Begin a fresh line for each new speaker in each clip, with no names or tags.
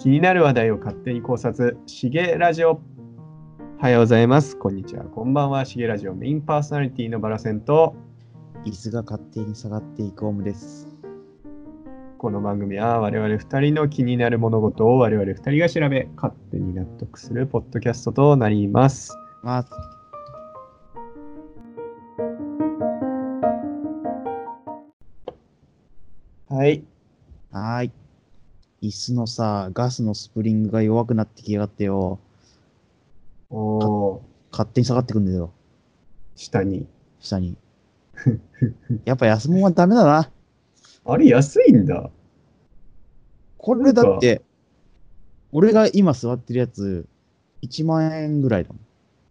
気になる話題を勝手に考察、しげラジオ。おはようございます。こんにちは。こんばんは。しげラジオメインパーソナリティのバラセンと、
椅子が勝手に下がっていくオウムです。
この番組は我々2人の気になる物事を我々2人が調べ、勝手に納得するポッドキャストとなります。
まあ、
はい。
はーい。椅子のさ、ガスのスプリングが弱くなってきやがってよ。
おー、
勝手に下がってくんだよ、
下に。
下に。やっぱ安物はダメだな。
あれ、安いんだ。
これだって、俺が今座ってるやつ、1万円ぐらいだもん。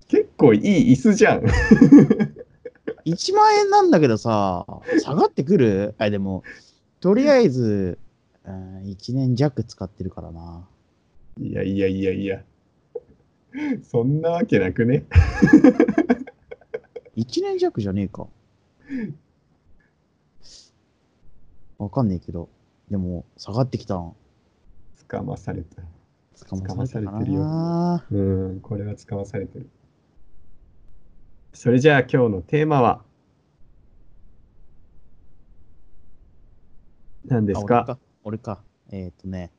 結構いい椅子じゃん。
1万円なんだけどさ、下がってくるあ、でも、とりあえず、うん、1年弱使ってるからな。
いやいやいやいや。そんなわけなくね。
1年弱じゃねえか。わかんねえけど。でも、下がってきたん。
捕まされた。
捕まされた
捕まされてるよ
な。
うん、これは捕まされてる。それじゃあ今日のテーマは何です
あ
か
俺か。俺か。えーっ、とね、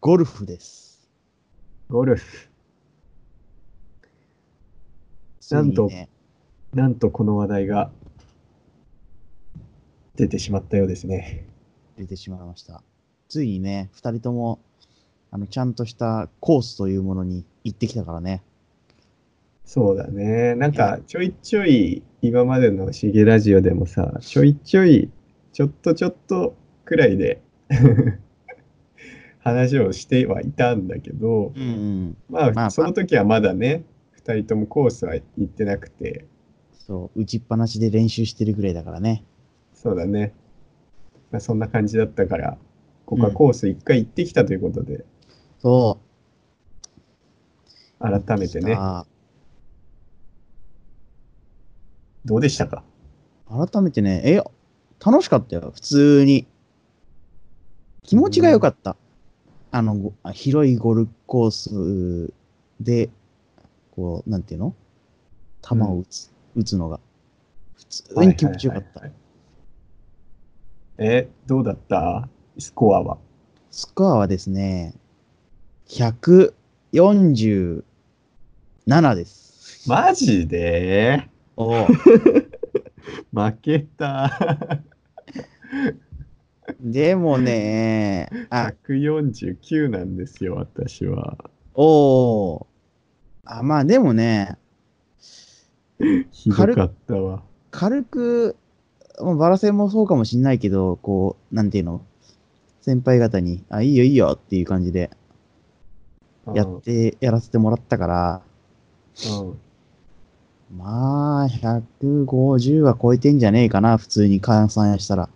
ゴルフです。
ゴルフ。なんと
ついにね
なんとこの話題が出てしまったようですね。
出てしまいました。ついにね、二人とも、あの、ちゃんとしたコースというものに行ってきたからね。
そうだね。なんかちょいちょい今までのシゲラジオでもさ、ちょいちょいちょっとちょっとくらいで 話をしてはいたんだけど、
うんうん。
まあ、
まあ
その時はまだね、2人ともコースは行ってなくて、
そう、打ちっぱなしで練習してるぐらいだからね。
そうだね。まあ、そんな感じだったから、ここは
うん
コース1回行ってきたということで、
そう。
改めてね、
あ
どうでしたか
ー改めてね、え、楽しかったよ、普通に。気持ちが良かった。あの、ごあ広いゴルフコースで、こう、なんていうの球を打つ、打つのが。普通に気持ちよかった。
はいはいはいはいえ、どうだったスコアは。
スコアはですね、147です。
マジで
おう
負けた。
でもね、あ、
149なんですよ、私は。
おうあ、まあでもね、
ひどかったわ。
軽く、まあ、バラ戦もそうかもしんないけど、こう、なんていうの、先輩方に、あ、いいよいいよっていう感じでや
うん
って、やらせてもらったから、
うん
まあ、150は超えてんじゃねえかな、普通に換算したら。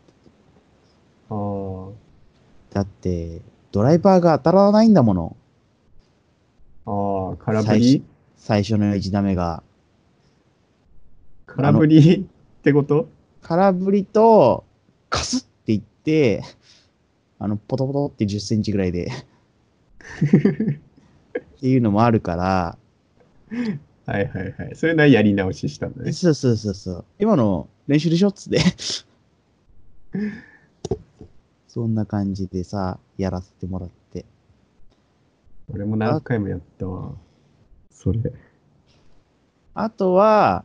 あー
だって、ドライバーが当たらないんだもの、
あー、空振り
最初の1打目が。
空振りってこと
空振りと、カスっていって、あの、ポトポトって10センチぐら いで、っていうのもあるから、
はいはいはい。それなりやり直ししたんだね。
そうそうそうそう。今の練習でしょっつって。 そんな感じでさ、やらせてもらって。
俺も何回もやったわ。それ。
あとは、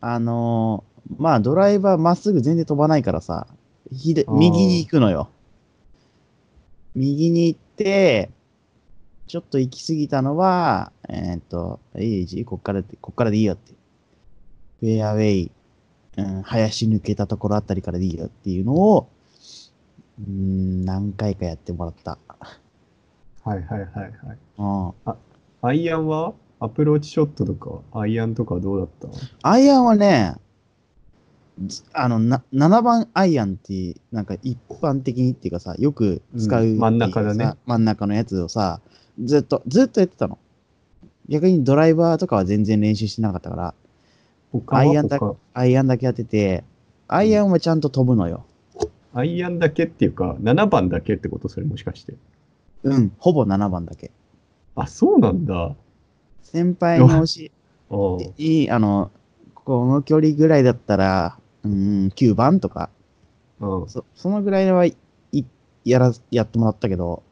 あのーまあドライバーまっすぐ全然飛ばないからさ、ひで
あー
右に行くのよ。右に行って、ちょっと行き過ぎたのは、えーっと、いい位置こっからで、こっからでいいよって。フェアウェイ、うん、林抜けたところあたりからでいいよっていうのを、うーん、何回かやってもらった。
はいはいはいはい。
うん。
アイアンはアプローチショットとか、アイアンとかどうだった
アイアンはね、ずあの、な7番アイアンって、なんか一般的にっていうかさ、よく使うっていううんかさ、
真ん中だね
真ん中のやつをさ、ずっと、ずっとやってたの。逆にドライバーとかは全然練習してなかったから、
他は
アイアンだ
他
アイアンだけやってて、アイアンはちゃんと飛ぶのよ。
アイアンだけっていうか、7番だけってことそれもしかして。
うん、ほぼ7番だけ。
あ、そうなんだ。
先輩に教え
うん
て、いい、あの、この距離ぐらいだったら、うん、9番とか、
うん。
そそのぐらいはい、いやら、やってもらったけど、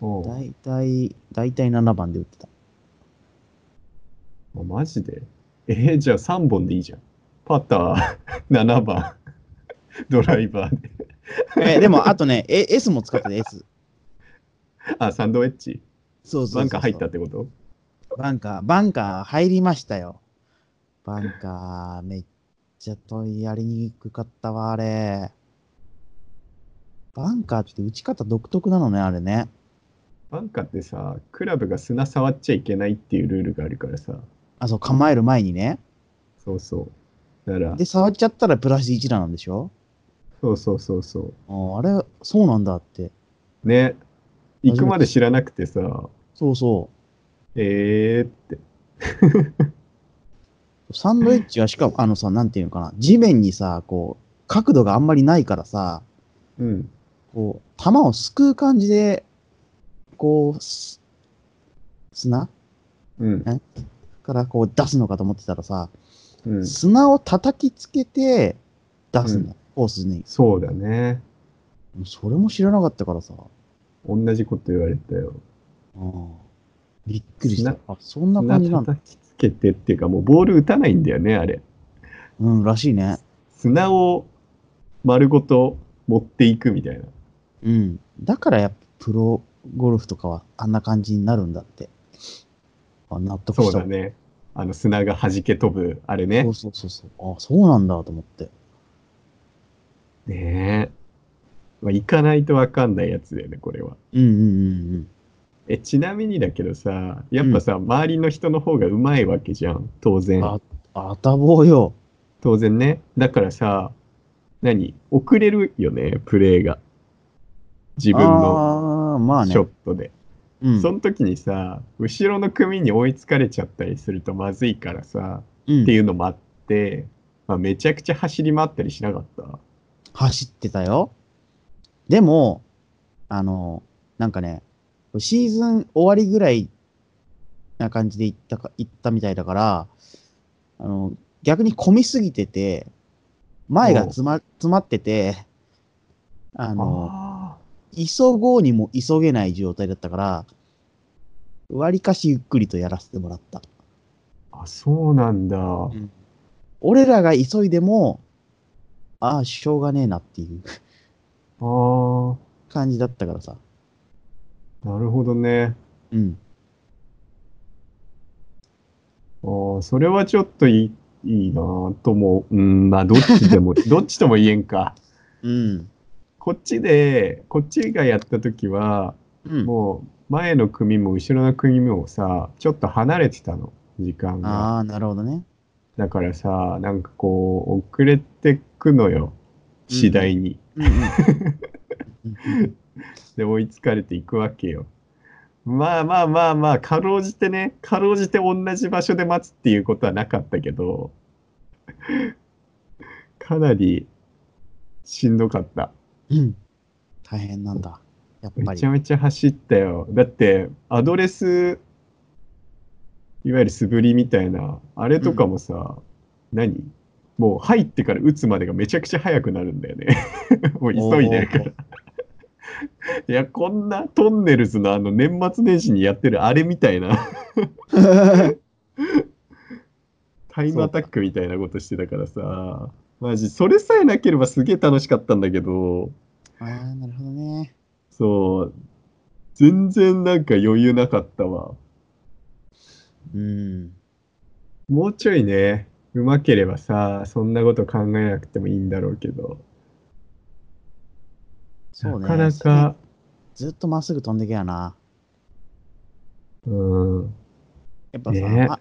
う
大体、大体7番で打ってた。
ん。マジでえーじゃあ3本でいいじゃん。パター、7番、 ドライバーで。
え、でも、あとね、え S も使ってた、S。
あ、サンドウェッジ。
そうそ
バ
うそうそう
ンカー入ったってこと
バンカー、バンカー入りましたよ。バンカー、めっちゃ問いやりにくかったわ、あれ。バンカーって打ち方独特なのね、あれね。
バンカーってさ、クラブが砂触っちゃいけないっていうルールがあるからさ。
あ、そう、構える前にね。
そうそう。だから
で、、触っちゃったらプラス1なんでしょ
そうそうそうそう。
ああれ、そうなんだって。
ね。行くまで知らなくてさ、
そうそ
えーって。
う。サンドイッチはしかも、あのさ、なんていうのかな、地面にさ、こう、角度があんまりないからさ、
うん。
こう、球をすくう感じで、こう、す砂
うん。
からこう出すのかと思ってたらさ、
うん。
砂を叩きつけて出すんだ、コースに。
そうだね。
それも知らなかったからさ、
同じこと言われたよ。
うんびっくりした
砂。
あ、そんな
砂
感じなんだ。
叩きつけてっていうか、もうボール打たないんだよね、あれ。
うん、らしいね。
砂を丸ごと持っていくみたいな。
うん。だからやっぱプロゴルフとかはあんな感じになるんだって。あ納得
そ
し
う
た。
だね。あの砂が弾け飛ぶ、あれ
そ
ね
う。そうそうそう。あ、そうなんだと思って。
ねえ。まあ、行かないとわかんないやつだよね、これは。
うんうんうんうん。
え、ちなみにだけどさ、やっぱさ、周りの人の方がうまいわけじゃん、当然。
ああたぼうよ。
当然ね。だからさ、何遅れるよね、プレーが。自分の
ああー、まあね。
ショットで。
うん、
その時にさ、後ろの組に追いつかれちゃったりするとまずいからさ、
うん
っていうのもあって、まあ、めちゃくちゃ走り回ったりしなかった。
走ってたよ。でも、あの、なんかね、シーズン終わりぐらいな感じで行ったか、行ったみたいだから、あの、逆に混みすぎてて、前が詰ま詰まってて、あの、
あ
急ごうにも急げない状態だったから、割かしゆっくりとやらせてもらった。
ーあ、そうなんだ。
俺らが急いでも、ああ、しょうがねえなっていう
あー
感じだったからさ。
なるほどね。
うん。
あーそれはちょっといいいいなぁとも、うん、まあ、どっちでも、どっちとも言えんか。
うん。
こっちで、こっちがやった時は、
うん。
もう前の組も後ろの組もさ、ちょっと離れてたの、時間が。
ああ、なるほどね。
だからさ、なんかこう、遅れてくのよ、
うん
次第に。
うんうん。
で、追いつかれていくわけよ。まあまあまあまあ、かろうじてね、かろうじて同じ場所で待つっていうことはなかったけど、かなりしんどかった。
うん。大変なんだ。やっぱ
め
り
ちゃ。めちゃ走ったよ。だって、アドレス、いわゆる素振りみたいな、あれとかもさ、何もう入ってから打つまでがめちゃくちゃ速くなるんだよね。 もう急いでるから。いや、こんなトンネルズのあの年末年始にやってるあれみたい な、タイムアタックみたいなことしてたからさ、マジ、それさえなければすげえ楽しかったんだけど、
ああ、なるほどね。
そう、全然なんか余裕なかったわ。
うん。
もうちょいね、うまければさ、そんなこと考えなくてもいいんだろうけど、
そう
な
ね。
かなか、
ずっとまっすぐ飛んでけやな。
うん、
やっぱさ、
ね
ま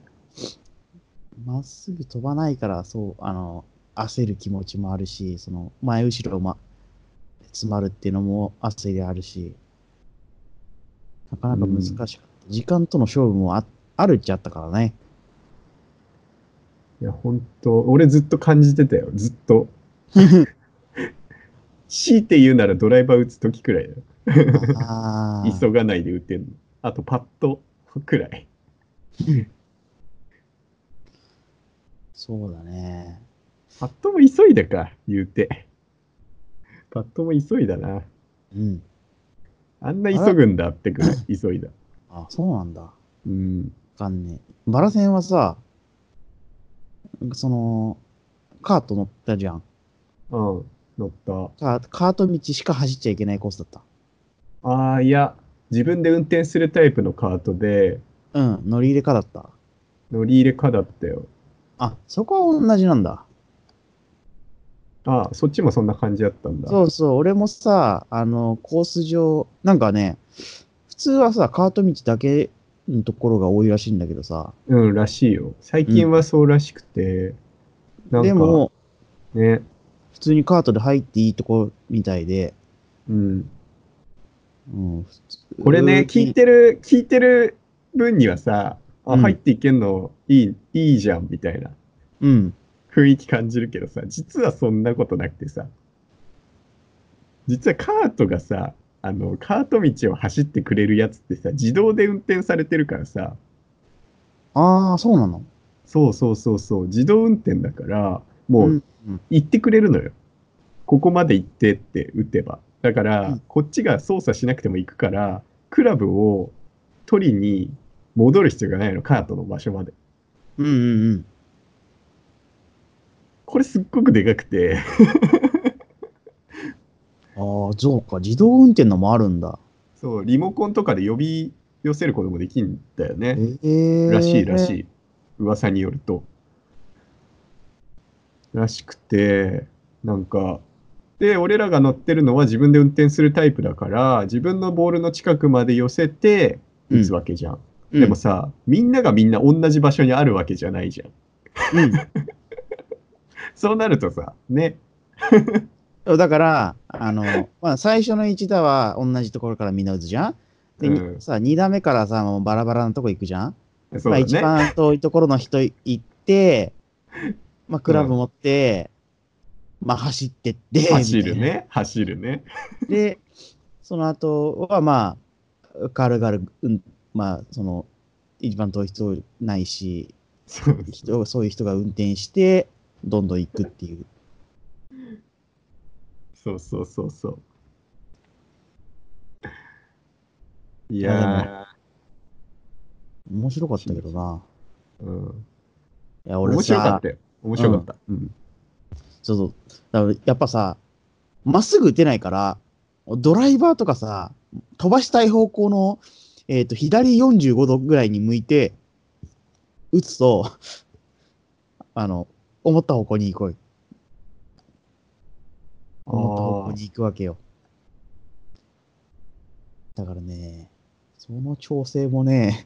まっすぐ飛ばないから、そう、あの、焦る気持ちもあるし、その、前後ろ、ま、詰まるっていうのも焦りあるし、なかなか難しかった。時間との勝負もああるっちゃあったから ね。
いや、ほんと、俺ずっと感じてたよ、 ずっと。強いて言うならドライバー打つときくらいだよ。
あー
急がないで打てんの。あと、パット くらい。
そうだね。
パットも急いだか、言うて。パットも急いだな。
うん。
あんな急ぐんだってくらい急いだ。
あ、そうなんだ。わ
うん。
かんねえ。バラ戦はさ、その、カート乗ったじゃん。
うん。乗った。
カーカート道しか走っちゃいけないコースだった。
ああ、いや、自分で運転するタイプのカートで、
うん、乗り入れかだった。
乗り入れかだったよ。
あ、そこは同じなんだ。
ああ、そっちもそんな感じだったんだ。
そうそう、俺もさ、あの、コース上、なんかね、普通はさ、カート道だけのところが多いらしいんだけどさ、
うん、らしいよ。最近はそうらしくて、なん
で
か
も、
ね、
普通にカートで入っていいとこみたいで、
うん。
うん、普通
これね、聞いてる、聞いてる分にはさ、あ、
うん
入っていけんのいい、いいじゃん、みたいな
うん、
雰囲気感じるけどさ、実はそんなことなくてさ、実はカートがさ、あの、カート道を走ってくれるやつってさ、自動で運転されてるからさ、
ああ、そうなの。
そうそうそうそう、自動運転だから、も
う
うん
うん
行ってくれるのよ。ここまで行ってって打てば。だから、
うん
こっちが操作しなくても行くから、クラブを取りに戻る必要がないの、カートの場所まで。
うんうんうん。
これすっごくでかくて、
ああ、そうか。自動運転のもあるんだ。
そう、リモコンとかで呼び寄せることもできんだよね。
えー
らしいらし
い。
い。噂によると。らしくて、なんか、で、俺らが乗ってるのは自分で運転するタイプだから、自分のボールの近くまで寄せて
うん
打つわけじゃん。
うん
でもさ、みんながみんな同じ場所にあるわけじゃないじゃん。
う
そうなるとさ、ね、
ん。だから、あの、まあ、最初の1打は同じところからみんな打つじゃんで、
うん
さ、2打目からさ、もうバラバラのとこ行くじゃん、
そ
まあ、
う
一
だね。
番遠いところの人い行って、 まあ、クラブ持って、まあ、走ってって、
走
み
る
たいな。
ね、走るね。
で、その後は、まあ、軽々、うん、まあ、その、一番遠い人ないし、
そう
人そういう人が運転して、どんどん行くっていう。
そうそうそうそう。い
まあ
や
で面白かったけどな。
ー、うん、
いや、俺
面白か
さ
っ、たよ。面白かった。うん
そうそう。だからやっぱさ、まっすぐ打てないから、ドライバーとかさ、飛ばしたい方向の、えっ、と、左45度ぐらいに向いて、打つと、あの、思った方向に行こうよ。思った方向に行くわけよ。だからね、その調整もね、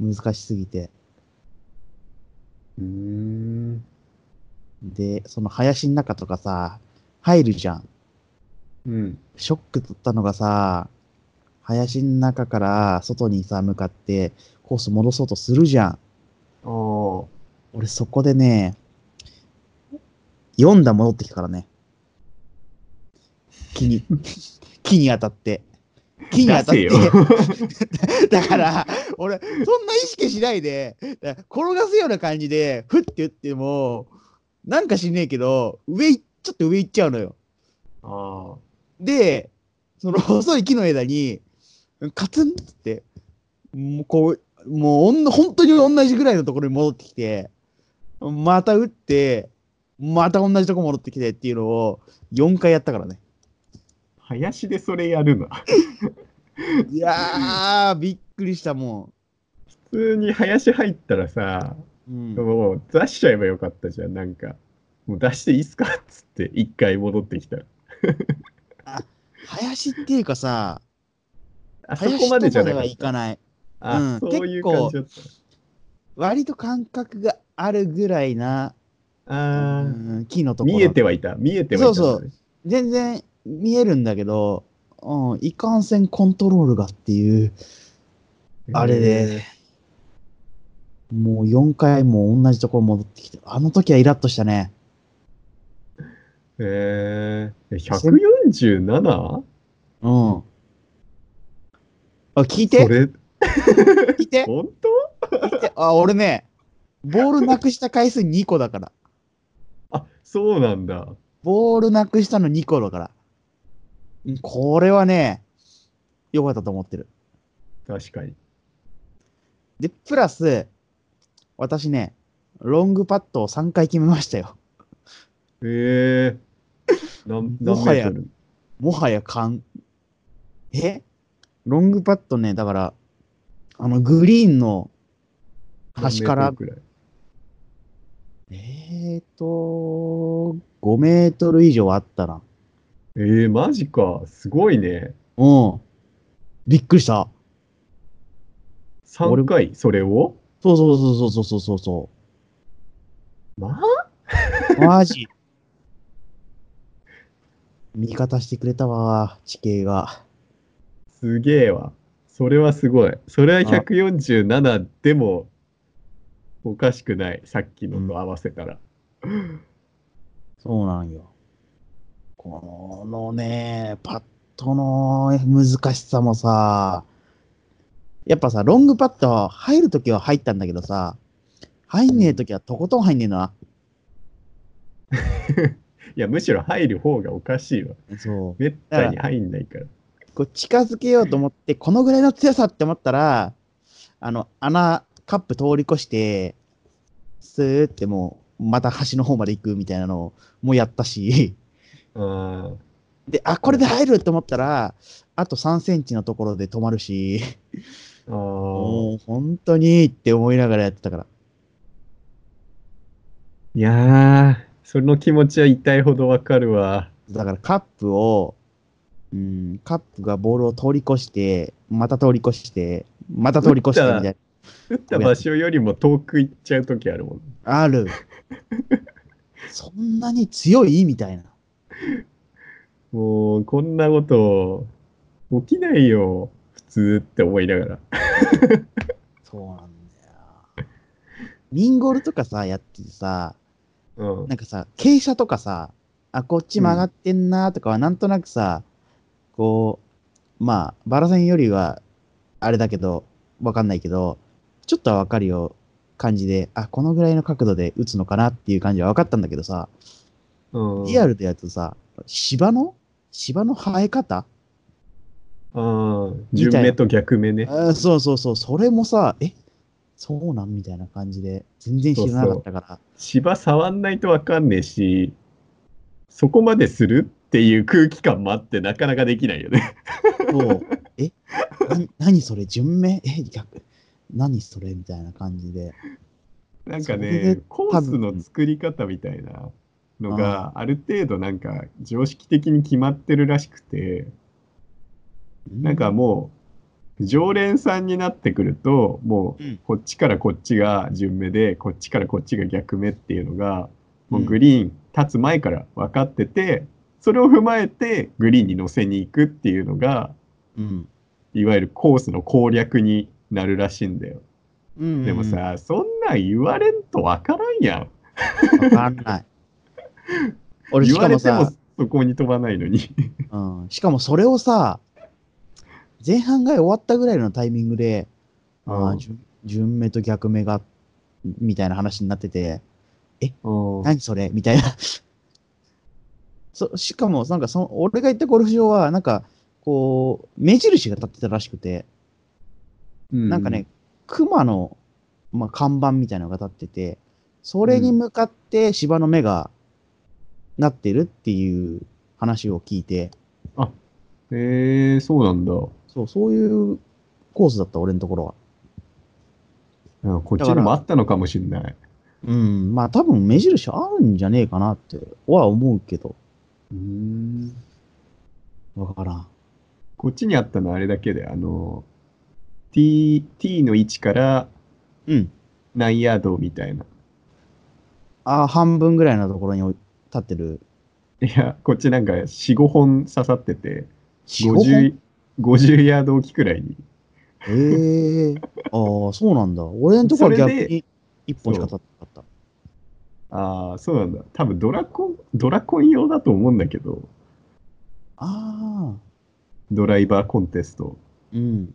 難しすぎて。
うーん。
で、その林の中とかさ、入るじゃん。
うん。
ショック取ったのがさ、林の中から外にさ、向かってコース戻そうとするじゃん。
ああ。
俺そこでね、4打戻ってきたからね。木 に、木に当たって。木に当たって。
出せよ
だから、俺、そんな意識しないで、だから転がすような感じで、ふって打っても、なんかしねえけど、上い、ちょっと上行っちゃうのよ。
ああ。
で、その 細い木の枝に、カツンっつって、もうこう、もうおんな本当に同じぐらいのところに戻ってきて、また打って、また同じとこ戻ってきてっていうのを4回やったか らね。
林でそれやるの。
いやー、びっくりしたも
普通に林入ったらさ、
ん。うん、
もう出しちゃえばよかったじゃん。なんか、もう出していいっすかっつって、一回戻ってきたら。
林っていうかさ、
あそ
林
こまでじゃな
と
か
は
っ
い
た。
かない。
あ、
うん
そういう感じだった。
割と感覚があるぐらいな、
ああ、
うん、木のところ。
見えてはいた。見えてはいたんだね、
そうそう全然見えるんだけど、うん、いかんせんコントロールがっていう、あれで、もう4回も同じところ戻ってきて、あの時はイラッとしたね。
えー、えー、147?
うん。あ、聞
そ
いて
れ、
聞いて
本当
聞いてあ、俺ね、ボールなくした回数2個だから。
あ、そうなんだ。
ボールなくしたの2個だから。うんこれはね、良かったと思ってる。
確かに。
で、プラス、私ね、ロングパットを3回決めましたよ。
ええなん何
も
メー
はや
トル
もはや勘。えロングパットね、だから、あの、グリーンの端から
何メートルくらい
えーと、5メートル以上あったな。
えー、マジか。すごいね。
うん。びっくりした。
3回、それを
そうそうそうそうそうそうそ
ま
う。マジ。味方してくれたわ、地形が。
すげえわ。それはすごい。それは147でもおかしくない。さっきのと合わせたら。
そうなんよ。このね、パットの難しさもさ、やっぱさ、ロングパット入るときは入ったんだけどさ、入んねえときはとことん入んねえな。
いや、むしろ入る方がおかしいわ。
そう。
めったに入んないから。
こう近づけようと思って、このぐらいの強さって思ったら、あの、穴、カップ通り越して、スーってもう、また端の方まで行くみたいなのもやったし、
あー
で、あ、これで入ると思ったら、あと3センチのところで止まるし、
あー。
もう本当にって思いながらやってたから。
いやー、その気持ちは痛いほどわかるわ。
だからカップを、うん、カップがボールを通り越して、また通り越して、また通り越してみたいな。
打った場所よりも遠く行っちゃうときあるもん。
ある。そんなに強いみたいな。
もう、こんなこと、起きないよ、普通って思いながら。
そうなんだよ。ミンゴルとかさ、やっててさ、
うん。
なんかさ、傾斜とかさ、あ、こっち曲がってんなとかは、なんとなくさ、こう、まあ、バラ線よりは、あれだけど、わかんないけど、ちょっとはわかるよ、感じで、あ、このぐらいの角度で打つのかなっていう感じはわかったんだけどさ、
うん、
リアルでやるとさ、芝の芝の生え方
あー順目と逆目ね。
あーそうそうそう、それもさ、えそうなんみたいな感じで、全然知らなかったから。
芝触んないとわかんねえし、そこまでするっていう空気感もあって、なかなかできないよね。
そうえな何それ順目え逆何それみたいな感じで。
なんか
それ
ね
で、
コースの作り方みたいなのが、ある程度なんか常識的に決まってるらしくて、なんかもう、常連さんになってくると、も
うん
う、こっちからこっちが順目で、こっちからこっちが逆目っていうのが、もう
うん
グリーン立つ前から分かってて、それを踏まえてグリーンに乗せに行くっていうのが、
うん、
いわゆるコースの攻略になるらしいんだよ。
うん、
でもさ、そんなん言われんと分からんやん。
分かん ない。俺し
言
か
わ
も
れて
さ
も、そこに飛ばないのに。
うん、しかもそれをさ、前半が終わったぐらいのタイミングで、 あ
う
ー
ん
順順目と逆目が、みたいな話になってて、
うん
何それみたいな。 そしかも、なんかその、俺が行ったゴルフ場は、なんか、こう、目印が立ってたらしくて、なんかね、、熊の、まあ、看板みたいなのが立ってて、それに向かって芝の目がなってるっていう話を聞いて、
へえー、そうなんだ。
そう、そういうコースだった、俺のところは。
うんこっちにもあったのかもしんない。
うん、まあ多分目印あるんじゃねえかなっては思うけど、
うーん
わからん。
こっちにあったのはあれだけで、あの、T, T の位置から
うん。
何ヤードみたいな。
ああ、半分ぐらいのところに置い立ってる。
いや、こっちなんか4、5本刺さってて、
四五本
50, 50ヤード置きくらいに。
ええああ、そうなんだ。俺のところ
そ
は逆
れで
に1本しか立ってなかっ
ああ、そうなんだ。多分ドラコン、ドラコン用だと思うんだけど、
た。ああ、
ドライバーコンテスト。
うん。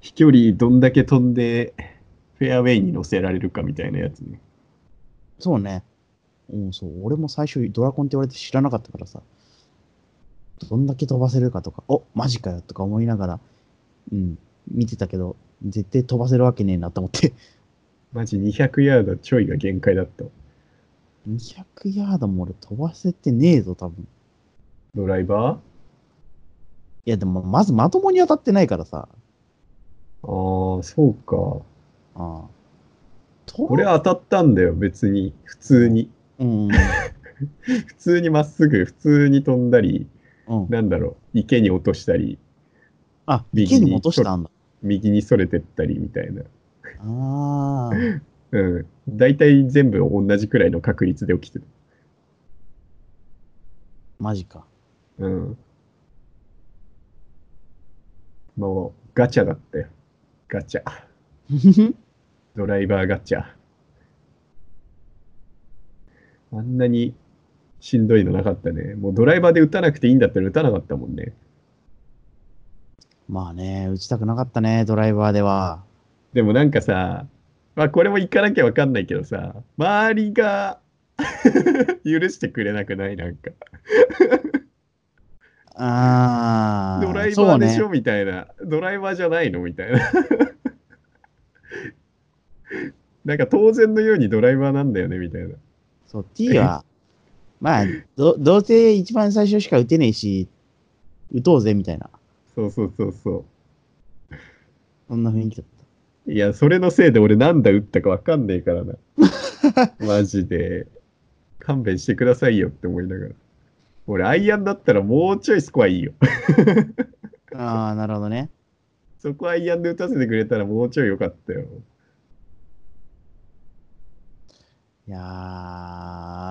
飛距離どんだけ飛んで、フェアウェイに乗せられるかみたいなやつね。
そうね。うん、そう。俺も最初ドラコンって言われて知らなかったからさ。どんだけ飛ばせるかとか、おマジかよとか思いながら、うん、見てたけど、絶対飛ばせるわけねえなと思って。
マジ200ヤードちょいが限界だった。
200ヤードも俺飛ばせてねえぞ、多分。
ドライバ
いや、でもまずまともに当たってないからさ。
ーああ、そうか。
ああ。と
俺当たったんだよ、別に。普通に。
うん。うん。
普通にまっすぐ、普通に飛んだり、
うん
なんだろう、池に落としたり、
あ、
右
池にも落としたんだ。
右にそれてったりみたいな。
ああ。
うん。大体全部同じくらいの確率で起きてる。
マジか。
うん。もう、ガチャだったよ。ガチャ。ドライバーガチャ。あんなにしんどいのなかったね。もうドライバーで打たなくていいんだったら打たなかったもんね。
まあね、打ちたくなかったね、ドライバーでは。
でもなんかさ、まあこれも行かなきゃわかんないけどさ、周りが 許してくれなくないなんか。
ああ。
ドライバーでし
そう
ょ、みたいな。ドライバーじゃないのみたいな。 なんか当然のようにドライバーなんだよねみたいな。
そう、T は、まあ、どどうせ一番最初しか打てねえし、打とうぜ、みたいな。
そうそうそうそ
そんな雰囲気だっ
う。いや、それのせいで俺なんだ打ったかわかんねえ からな。マジで。勘弁してくださいよって思いながら。俺、アイアンだったらもうちょいスコアいいよ。
た。ああ、なるほどね。
そこアイアンで打たせてくれたらもうちょい良かったよ。
いや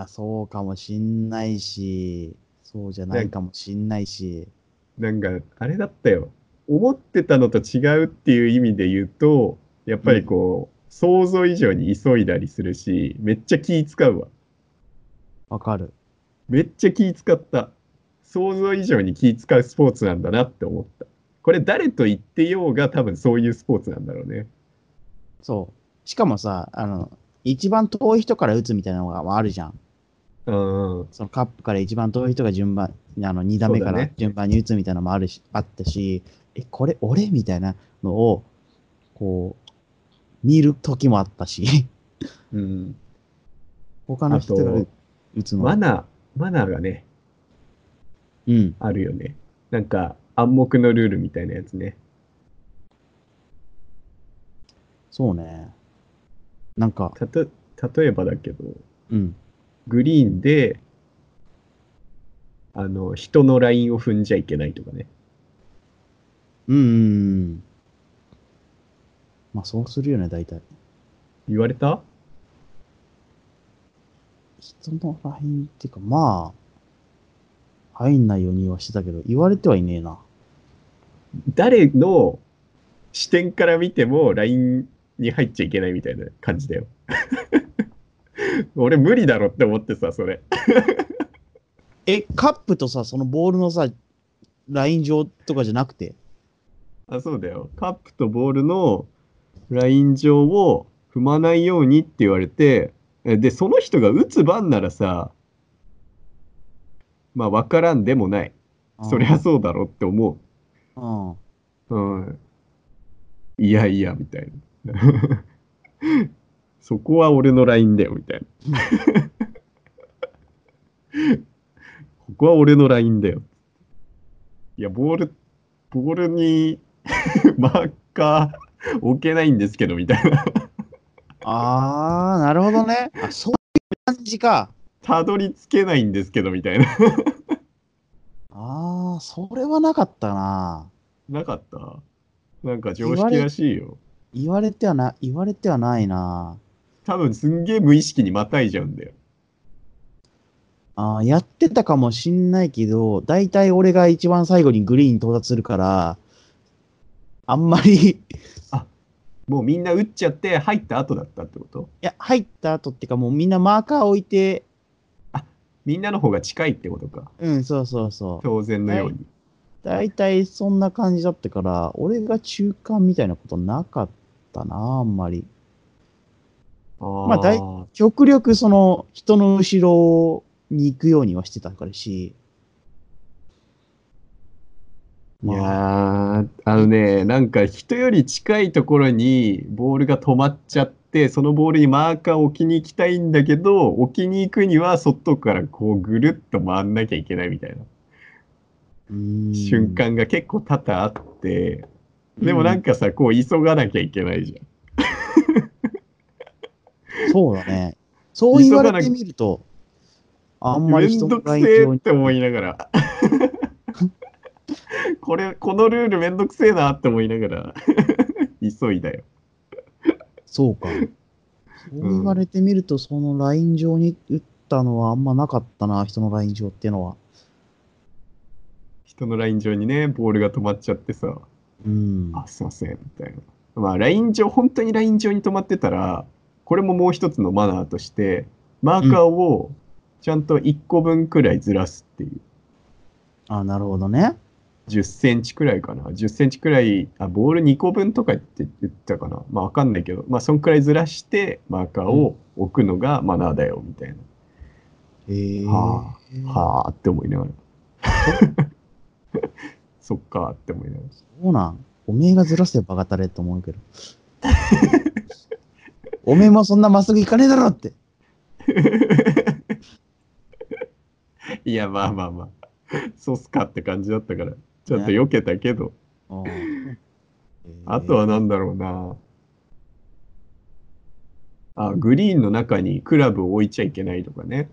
ー、そうかもしんないし、そうじゃないかもしんないし。
なんか、あれだったよ。思ってたのと違うっていう意味で言うと、やっぱりこう、想像以上に急いだりするし、めっちゃ気使うわ。
わかる。
めっちゃ気使った。想像以上に気使うスポーツなんだなって思った。これ誰と言ってようが多分そういうスポーツなんだろうね。
そう。しかもさ、あの、一番遠い人から打つみたいなのがあるじゃん。
うん。
そのカップから一番遠い人が順番、あの2打目か
そうだ
ら
ね
順番に打つみたいなのもあるし、あったし、え、これ俺みたいなのを、こう、見る時もあったし、
うん。
他の人が
あと
打つの
マ
も。
ナー、マナーがね、
うん。
あるよね。なんか、暗黙のルールみたいなやつね。
そうね。なんか、
たと、例えばだけど、
うん。
グリーンで、あの、人のラインを踏んじゃいけないとかね。
うんうんうん。まあそうするよね、大体。
言われた
人のラインっていうか、まあ、入んないようにはしてたけど、言われてはいねえな。
誰の視点から見てもラインに入っちゃいけないみたいな感じだよ。 俺無理だろって思ってさ、それ。
え、カップとさ、そのボールのさ、ライン上とかじゃなくて、
あ、そうだよ。カップとボールのライン上を踏まないようにって言われて、えで、その人が打つ番ならさ、まあ分からんでもない。そりゃそうだろって思う。
うん。うん。
うん。いやいや、みたいな。 そこは俺のラインだよ、みたいな。 ここは俺のラインだよ。いや、ボール、ボールに マーカー置けないんですけど、みたいな。
あー、なるほどね。あ、そういう感じか。
たどり着けないんですけど、みたいな。
あー、それはなかったな。
なかったなんか常識らしいよ。
言われてはな、言われてはないな。
多分すんげえ無意識にまたいじゃうんだよ。
あーやってたかもしんないけど、だいたい俺が一番最後にグリーンに到達するから、あんまり、い
もうみんな打っちゃって入った後だったってこと
や、入った後ってかもうみんなマーカー置いて、
みんなの方が近いってことか。
うん、そうそうそう。
当然のように。
大体そんな感じだったから、俺が中間みたいなことなかったな、あんまり。
あ
まあ大
あ、
極力その人の後ろに行くようにはしてたからし。
いやーあのね、なんか人より近いところにボールが止まっちゃって、そのボールにマーカーを置きに行きたいんだけど、置きに行くには外からこうぐるっと回んなきゃいけないみたいな瞬
瞬
間が結構多々あって、でもなんかさ、こう急がなきゃいけないじゃん。
そうだね。そう言われてみると、あんまり
め
人
んど
の
く
環
せえ
境
っ
に。
て思いながら。 これ、このルールめんどくせえなって思いながら、 急いだよ。
そうか。そう言われてみると、そのライン上に打ったのはあんまなかったな、人のライン上っていうのは。
人のライン上にね、ボールが止まっちゃってさ、
うん。
あ、すいません、みたいな。まあ、ライン上、本当にライン上に止まってたら、これももう一つのマナーとして、マーカーをちゃんと1個分くらいずらすっていう。
あ、なるほどね。
10センチくらいかな。10センチくらい、あ、ボール2個分とかって言ったかな。まあわかんないけど、まあそんくらいずらしてマーカーを置くのがマナーだよ、みたい
へえ。
な。はあ、
あ。
はあって思い ながら。そっかって思いながら。
そうなん。おめえがずらせばバカたれと思うけど。 おめえもそんなまっすぐ行かねえだろって。
いや、まあまあまあ。そうっすかって感じだったから。ちょっと避けたけど。
あ
あとはなんだろうな。あ、グリーンの中にクラブを置いちゃいけないとかね。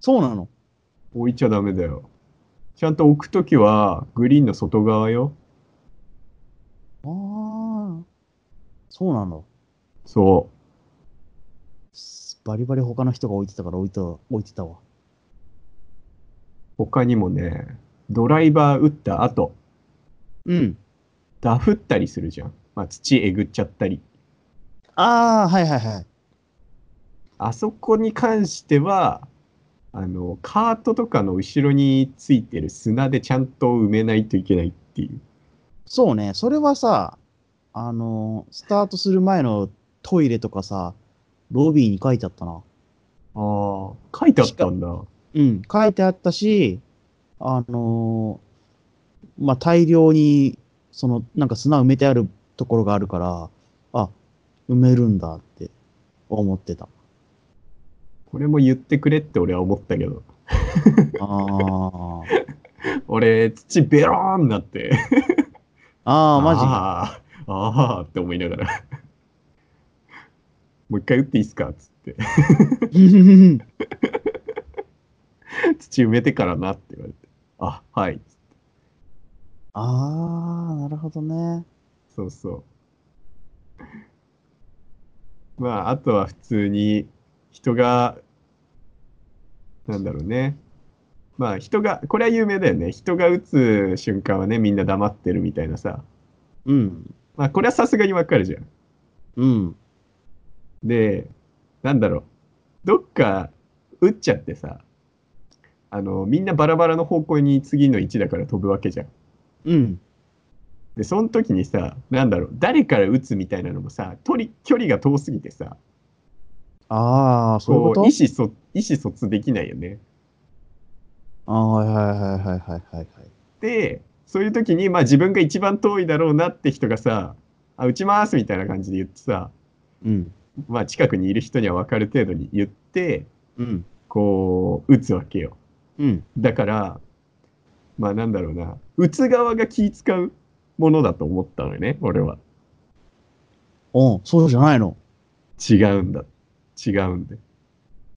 そうなの
置いちゃダメだよ。ちゃんと置くときは、グリーンの外側よ。
ああ。そうなの。
そ
バリバリ他の人が置いてたから置いた、置いてたわ。
う。他にもね、ドライバー打った後、
うん。
ダフったりするじゃん。まあ、土えぐっちゃったり。
ああ、はいはいはい。
あそこに関しては、あの、カートとかの後ろについてる砂でちゃんと埋めないといけないっていう。
そうね、それはさ、あのースタートする前のトイレとかさ、ロビーに書いてあったな。
ああ、書いてあったんだ。
うん、書いてあったし、あのーまあ、大量に、その、なんか砂埋めてあるところがあるから、あ、埋めるんだって思ってた。
これも言ってくれって俺は思ったけど。
あー
俺、土ベローンなって。
あー、マジ
あーあーって思いながら。 もう一回打っていいっすかっつって。 土埋めてからなって言われて。あ、はい。
ああ、なるほどね。
そうそう。まあ、あとは普通に人が、なんだろうね。まあ人が、これは有名だよね。人が打つ瞬間はね、みんな黙ってるみたいなさ。
うん、
まあこれはさすがにわかるじゃん。
うん、
で、なんだろう、どっか打っちゃってさ、あの、みんなバラバラの方向に次の位置だから飛ぶわけじゃん。
うん。
で、その時にさ、なんだろう、誰から打つみたいなのもさ、取り距離が遠すぎてさ、
ああ、そういうこ
ことう、意思疎意思疎通できないよね。
ああ、はいはいはいはいはいはい。
で、そういう時に、まあ自分が一番遠いだろうなって人がさ、あ、打ちますみたいな感じで言ってさ、
うん。
まあ近くにいる人には分かる程度に言って、
うん。
こう、打つわけよ。
うん。
だから、まあなんだろうな、打つ側が気使うものだと思ったのよね、俺は。
おうそうじゃないの。
違うんだ。違うんだ。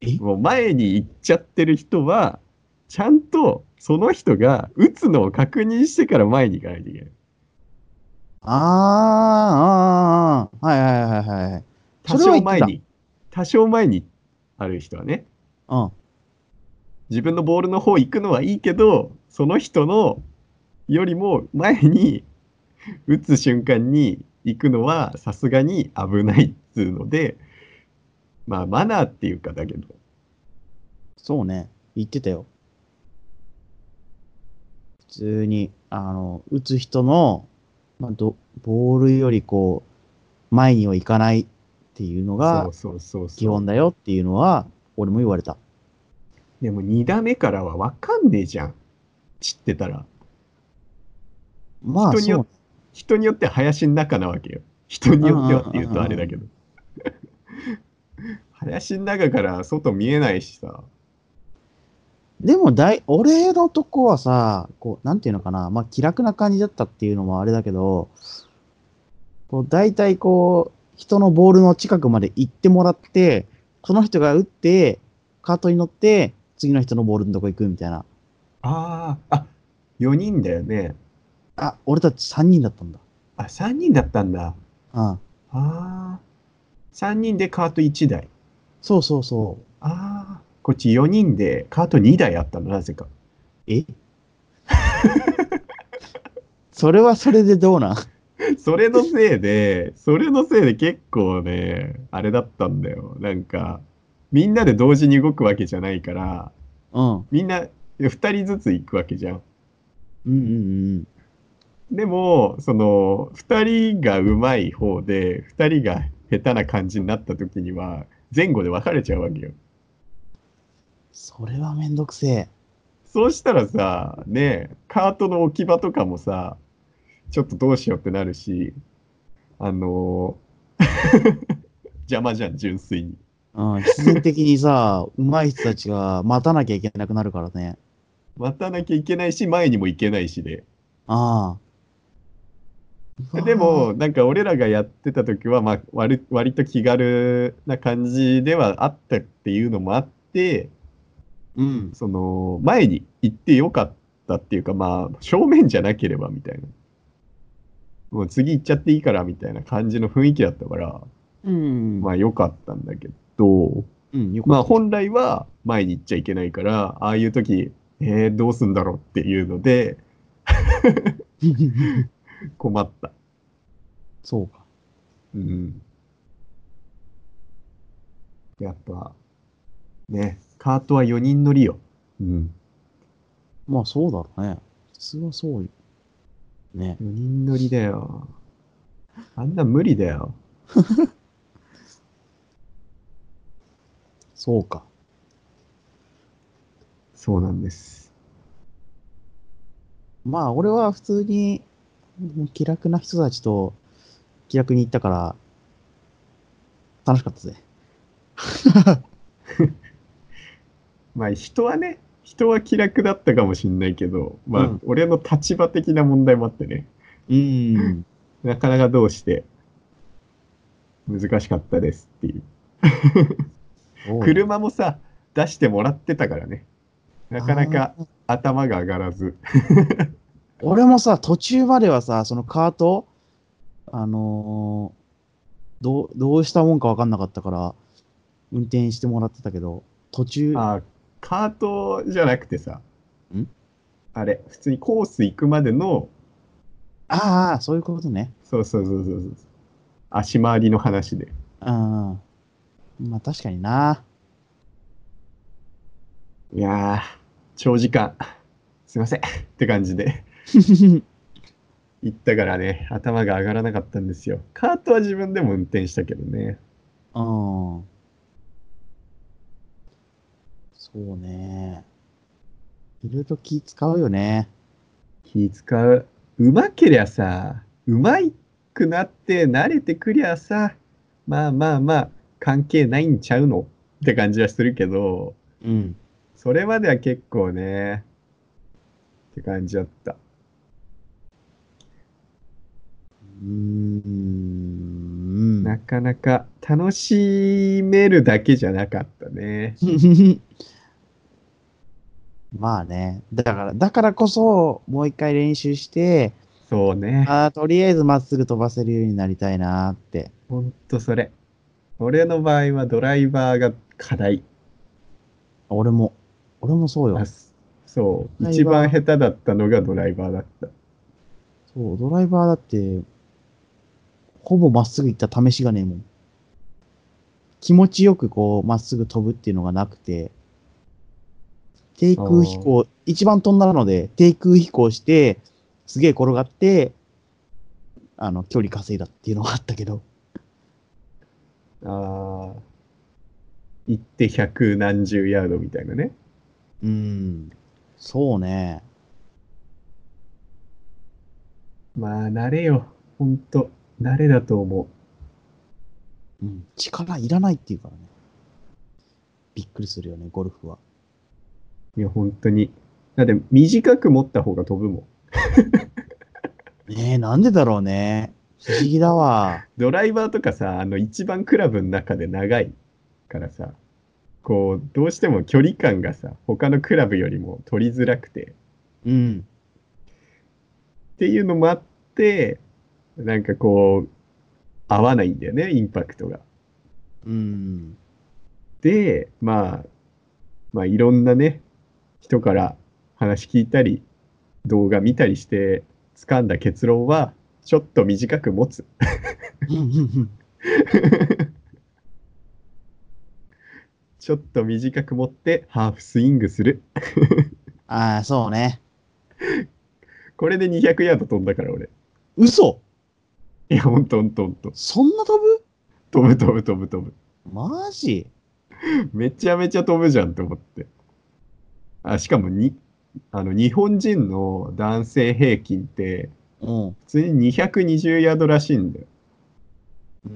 え
もう前に行っちゃってる人は、ちゃんとその人が打つのを確認してから前に行かないといけない。
あーあー、あーあー、はいはいはいはい。
多
それは
少
言って
前
た
に、多少前にある人はね、
うん。
自分のボールの方行くのはいいけど、その人のよりも前に打つ瞬間に行くのはさすがに危ないっつうので、まあマナーっていうかだけど、
そうね。言ってたよ。通に、あの、打つ人の、まあ、どボールよりこう、前には行かないっていうのが
そうそうそうそう
基本だよっていうのは、俺も言われた。
でも2打目からは分かんねえじゃん散ってたら
まあ、
人に
そ
よっ
う。
人によって林の中なわけよ人によってはって言う
うん
と
うんうんうん
あれだけど 林の中から外見えないしさ
でもだい、俺のとこはさ、こう、なんていうのかな、まあ、気楽な感じだったっていうのもあれだけど、こう、大体こう、人のボールの近くまで行ってもらって、その人が打って、カートに乗って、次の人のボールのとこ行くみたいな。
あーあ4人だよね
あ、俺たち3人だったんだ。
あ3人だったんだ
うん。
あ3人でカート1台
そうそうそう。
ああこっち4人でカート2台あったのなぜか
え それはそれでどうなん
それのせいで、それのせいで結構ね、あれだったんだよ。なんか、みんなで同時に動くわけじゃないから、
うん。
みんな2人ずつ行くわけじゃん。
うんうん
でも、その、2人が上手い方で、2人が下手な感じになった時には、前後で分かれちゃうわけよ。
それはめんどくせえ。
そうしたらさ、ねえ、カートの置き場とかもさ、ちょっとどうしようってなるし、あの 邪魔じゃん、純粋に。
うん、必然的にさ、上手い人たちが待たなきゃいけなくなるからね。
待たなきゃいけないし前にも行けないしで
ああ。
でも、なんか俺らがやってた時は、まあ、割割と気軽な感じではあったっていうのもあって
うん。
その前に行ってよかったっていうかまあ正面じゃなければみたいなもう次行っちゃっていいからみたいな感じの雰囲気だったから
うん。
まあよかったんだけど
うん、よく、
まあ本来は前に行っちゃいけないからああいう時えー、どうすんだろうっていうので 困った。
そうか。
うん。やっぱ、ね、カートは4人乗りよ。うん。
まあ、そうだろうね。普通はそうよ。ね。
4人乗りだよ。あんな無理だよ。
そうか。
そうなんです。
まあ、俺は普通に、もう気楽な人たちと気楽に行ったから、楽しかったぜ。
まあ人はね、人は気楽だったかもしんないけど、まあ、
うん
俺の立場的な問題もあってね、
うん。
なかなかどうして難しかったですっていう。車もさ、出してもらってたからね。なかなか頭が上がらず。
俺もさ、途中まではさ、そのカート、あのーどう、どうしたもんか分かんなかったから、運転してもらってたけど、途中、あ
あカートじゃなくてさ
ん
あれ普通にコース行くまでの
あー、そういうことね。
そうそうそうそうそう足回りの話で
うん。まあ確かにな。
いやー長時間すいませんって感じで行ったからね頭が上がらなかったんですよカートは自分でも運転したけどね
うん。そうね。いろいろ気使うよね。
気使ううまけりゃさうまくなって慣れてくりゃさまあまあまあ関係ないんちゃうのって感じはするけど
うん。
それまでは結構ね、って感じだった。
うーん。
なかなか楽しめるだけじゃなかったね。
まあね。だから、だからこそ、もう一回練習して、
そうね。
あーとりあえずまっすぐ飛ばせるようになりたいなーって。
ほんとそれ。俺の場合はドライバーが課題。
俺も、俺もそうよ
あ。そう。
ドラ
一
イバー
番下手だったのがドライバーだった。
そう、ドライバーだって、ほぼまっすぐ行った試しがねえもん。気持ちよくこう、まっすぐ飛ぶっていうのがなくて、低空飛行、一番飛んだので、低空飛行して、すげえ転がって、あの、距離稼いだっていうのがあったけど、
ああ。行って百何十ヤードみたいなね。
うん、そうね。
まあ、慣れよ。ほんと、慣れだと思
うん、力いらないっていうからね。びっくりするよね、ゴルフは。
う。いや、本当に。だって、短く持った方が飛ぶもん。
ねえ、なんでだろうね。不思議だわ。
ドライバーとかさ、あの、一番クラブの中で長いからさ、こう、どうしても距離感がさ、他のクラブよりも取りづらくて、
うん。
っていうのもあって、なんかこう、合わないんだよね、インパクトが。
うん。
で、まあ、まあ、いろんなね、人から話聞いたり、動画見たりして、掴んだ結論は、ちょっと短く持つ。 ちょっと短く持って、ハーフスイングする。
ああ、そうね。
これで200ヤード飛んだから、俺。
嘘
いや、ほんとほんとほんと。
そんな飛ぶ
飛ぶ飛ぶ飛ぶ飛ぶ。
マジ
めちゃめちゃ飛ぶじゃんと思って。あしかもにあの日本人の男性平均って
うん。う
普通に220ヤードらしいんだよ。
ー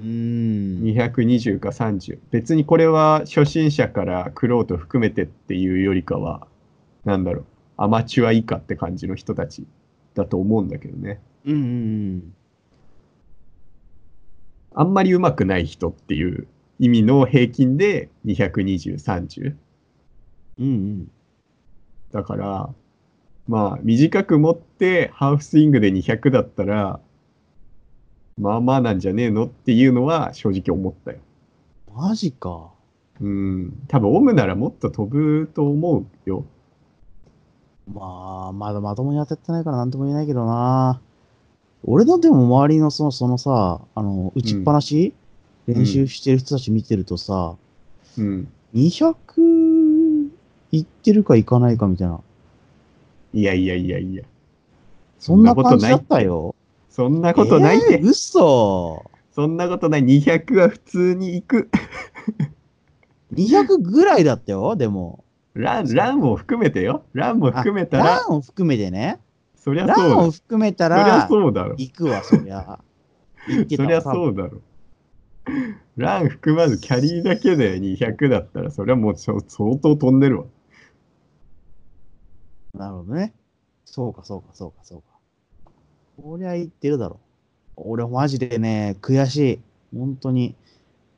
ん。
220か30。別にこれは初心者からクロート含めてっていうよりかは、なんだろう、アマチュア以下って感じの人たちだと思うんだけどね。
うんうん
あんまり上手くない人っていう意味の平均で220、30。
うん。うん
だから、まあ、短く持って、ハーフスイングで200だったら、まあまあなんじゃねえのっていうのは正直思ったよ。
うん。マジか。
うん。多分、オムならもっと飛ぶと思うよ。
まあ、まだまともに当たってないからなんとも言えないけどな。俺のでも周りのそのそのさ、あの、打ちっぱなし、
ん
練習してる人たち見てるとさ、
うん。
200いってるかいかないかみたいな。
いやいやいやいや。
そんな感じだったよ。
そんなことないっ
え
て。
ー嘘。
そんなことない。200は普通に行く。
200ぐらいだったよ、でも。
ラン、ランを含めてよ。ランも含めた
ラ
ら、
ンを含めてね。
そりゃ
ラ
そう
ン
だ。
を含めた
そりゃ
ら、
そうだろ。
行くわ、そりゃ。行ってた
そ
わ
りゃそうだろ。ラン含まずキャリーだけで200だったら、それはもうちょ相当飛んでるわ。
なるほどね。そうか、そうか、そうか、そうか。こりゃ言ってるだろ。俺、マジでね、悔しい。本当に。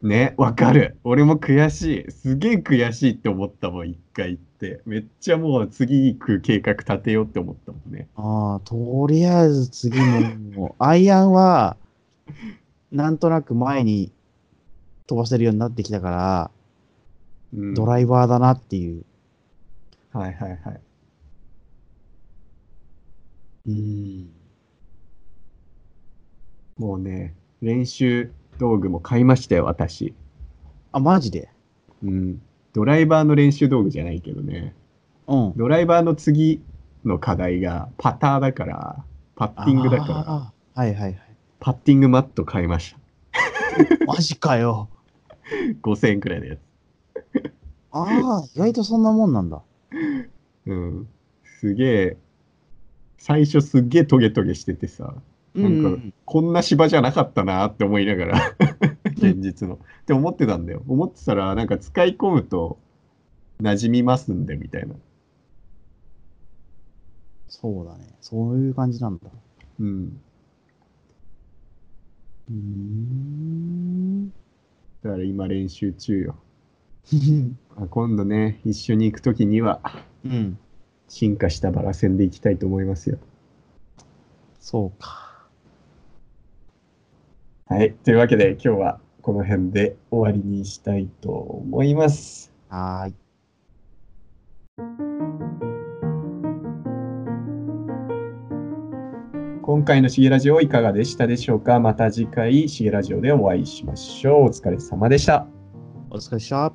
ね、わかる。俺も悔しい。すげえ悔しいって思ったもん、一回行って。めっちゃもう次行く計画立てようって思ったもんね。
ああ、とりあえず次も、もう アイアンは、なんとなく前に飛ばせるようになってきたから、
うん、
ドライバーだなっていう。
はいはいはい。
うん。
もうね、練習道具も買いましたよ、私。
あ、マジで
うん。ドライバーの練習道具じゃないけどね。
うん。
ドライバーの次の課題がパターだから、パッティングだから。
あー。はいはいはい。
パッティングマット買いました。
マジかよ。
5000円くらいのやつ。
ああ、意外とそんなもんなんだ。
うん。すげえ、最初すっげえトゲトゲしててさ、
うんうん
こんな芝じゃなかったなって思いながら、現実の。って思ってたんだよ。思ってたら、なんか使い込むと馴染みますんで、みたいな。
そうだね。そういう感じなんだ。
うん。
うーん。
だから今練習中よ。あ今度ね、一緒に行くときには、
うん。
進化したバラ線で行きたいと思いますよ。
そうか。
はい。というわけで、今日はこの辺で終わりにしたいと思います。
はーい。
今回のしげラジオいかがでしたでしょうかまた次回しげラジオでお会いしましょう。お疲れ様でした。
お疲れっした。